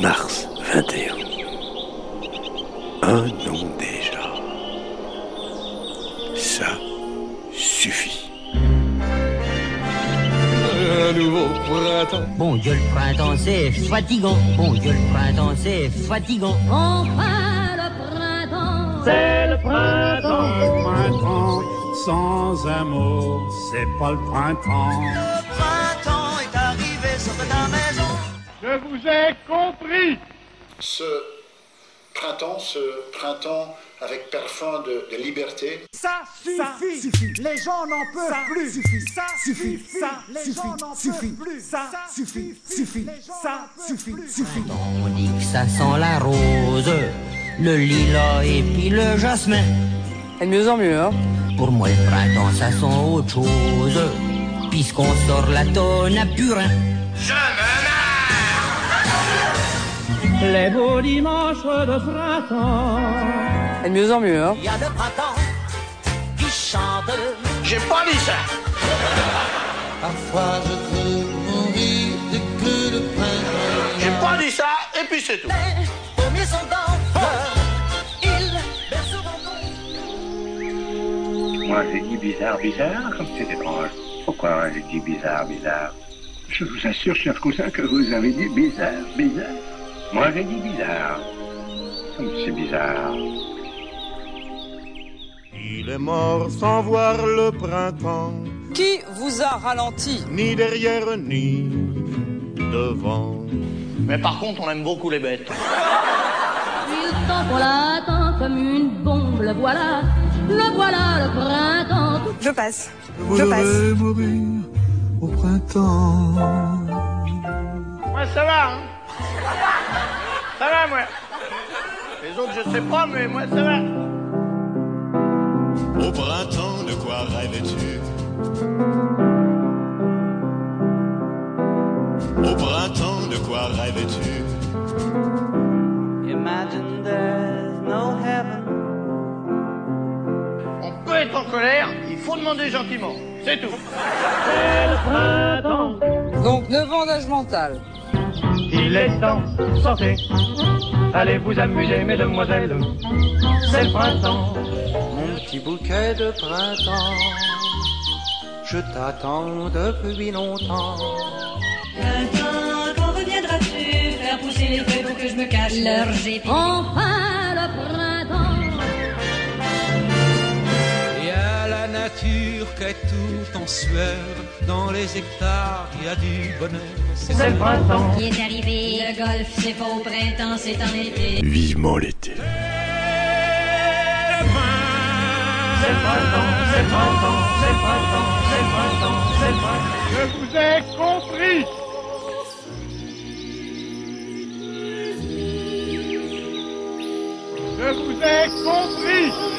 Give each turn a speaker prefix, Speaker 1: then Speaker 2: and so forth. Speaker 1: mars 21. Un an déjà. Ça suffit.
Speaker 2: Un nouveau printemps.
Speaker 3: Bon Dieu, le printemps, c'est fatigant. Bon Dieu, le printemps, c'est fatigant.
Speaker 4: Enfin le printemps,
Speaker 5: C'est le printemps,
Speaker 6: Le printemps, sans un mot, c'est pas le printemps.
Speaker 7: printemps est arrivé sur ta maison.
Speaker 5: je vous ai compris.
Speaker 8: ce printemps, ce printemps avec parfum de, de liberté,
Speaker 9: Ça suffit. Les gens n'en peuvent plus. Ça suffit. Ça Les gens n'en peuvent plus. Ça suffit. Ça suffit.
Speaker 3: On dit que ça sent la rose, le lilas et puis le jasmin.
Speaker 10: Et de mieux en mieux, hein
Speaker 3: Pour moi, le printemps, ça sent autre chose. Puisqu'on sort la tonne à purin.
Speaker 5: Les beaux dimanches de printemps.
Speaker 10: Et de mieux en mieux, hein
Speaker 7: Il y a le printemps qui chante. J'ai pas dit ça. Parfois je peux mourir dès que le printemps. J'ai pas dit ça et puis c'est tout. Au milieu son il berce dans nos
Speaker 11: Moi, j'ai dit bizarre, bizarre, comme c'est drôle. Pourquoi j'ai dit bizarre, bizarre Je vous assure, cher cousin, que vous avez dit bizarre, bizarre. Moi, j'ai dit bizarre. Comme c'est bizarre.
Speaker 2: Il est mort sans voir le printemps,
Speaker 10: Qui vous a ralenti
Speaker 2: ni derrière ni devant.
Speaker 7: Mais par contre, on aime beaucoup les bêtes.
Speaker 4: il temps qu'on l'attend comme une bombe. Le voilà, le voilà le printemps.
Speaker 9: Je passe. Je passe.
Speaker 2: mourir au printemps.
Speaker 5: Moi, ça va, hein Ça va, moi. Les autres, je sais pas, mais moi, ça va.
Speaker 2: Au printemps, de quoi rêvais-tu Au printemps, de quoi rêvais-tu
Speaker 5: On peut être en colère, il faut demander gentiment. C'est tout.
Speaker 6: Printemps,
Speaker 10: Donc, le vendage mental.
Speaker 6: il est temps, sortez. Allez vous amuser, mesdemoiselles. C'est le printemps.
Speaker 7: Mon petit bouquet de printemps, je t'attends depuis longtemps.
Speaker 4: Leur j'ai enfin le printemps.
Speaker 2: Et à la nature qui est tout en sueur, dans les hectares, il y a du bonheur. C'est
Speaker 6: C'est le printemps.
Speaker 4: Il est arrivé. Le golf, c'est pas au printemps, c'est en été.
Speaker 1: Vivement l'été.
Speaker 6: C'est le printemps, c'est le printemps, c'est le printemps, c'est le printemps, c'est le printemps.
Speaker 5: Je vous ai compris. Je vous ai compris.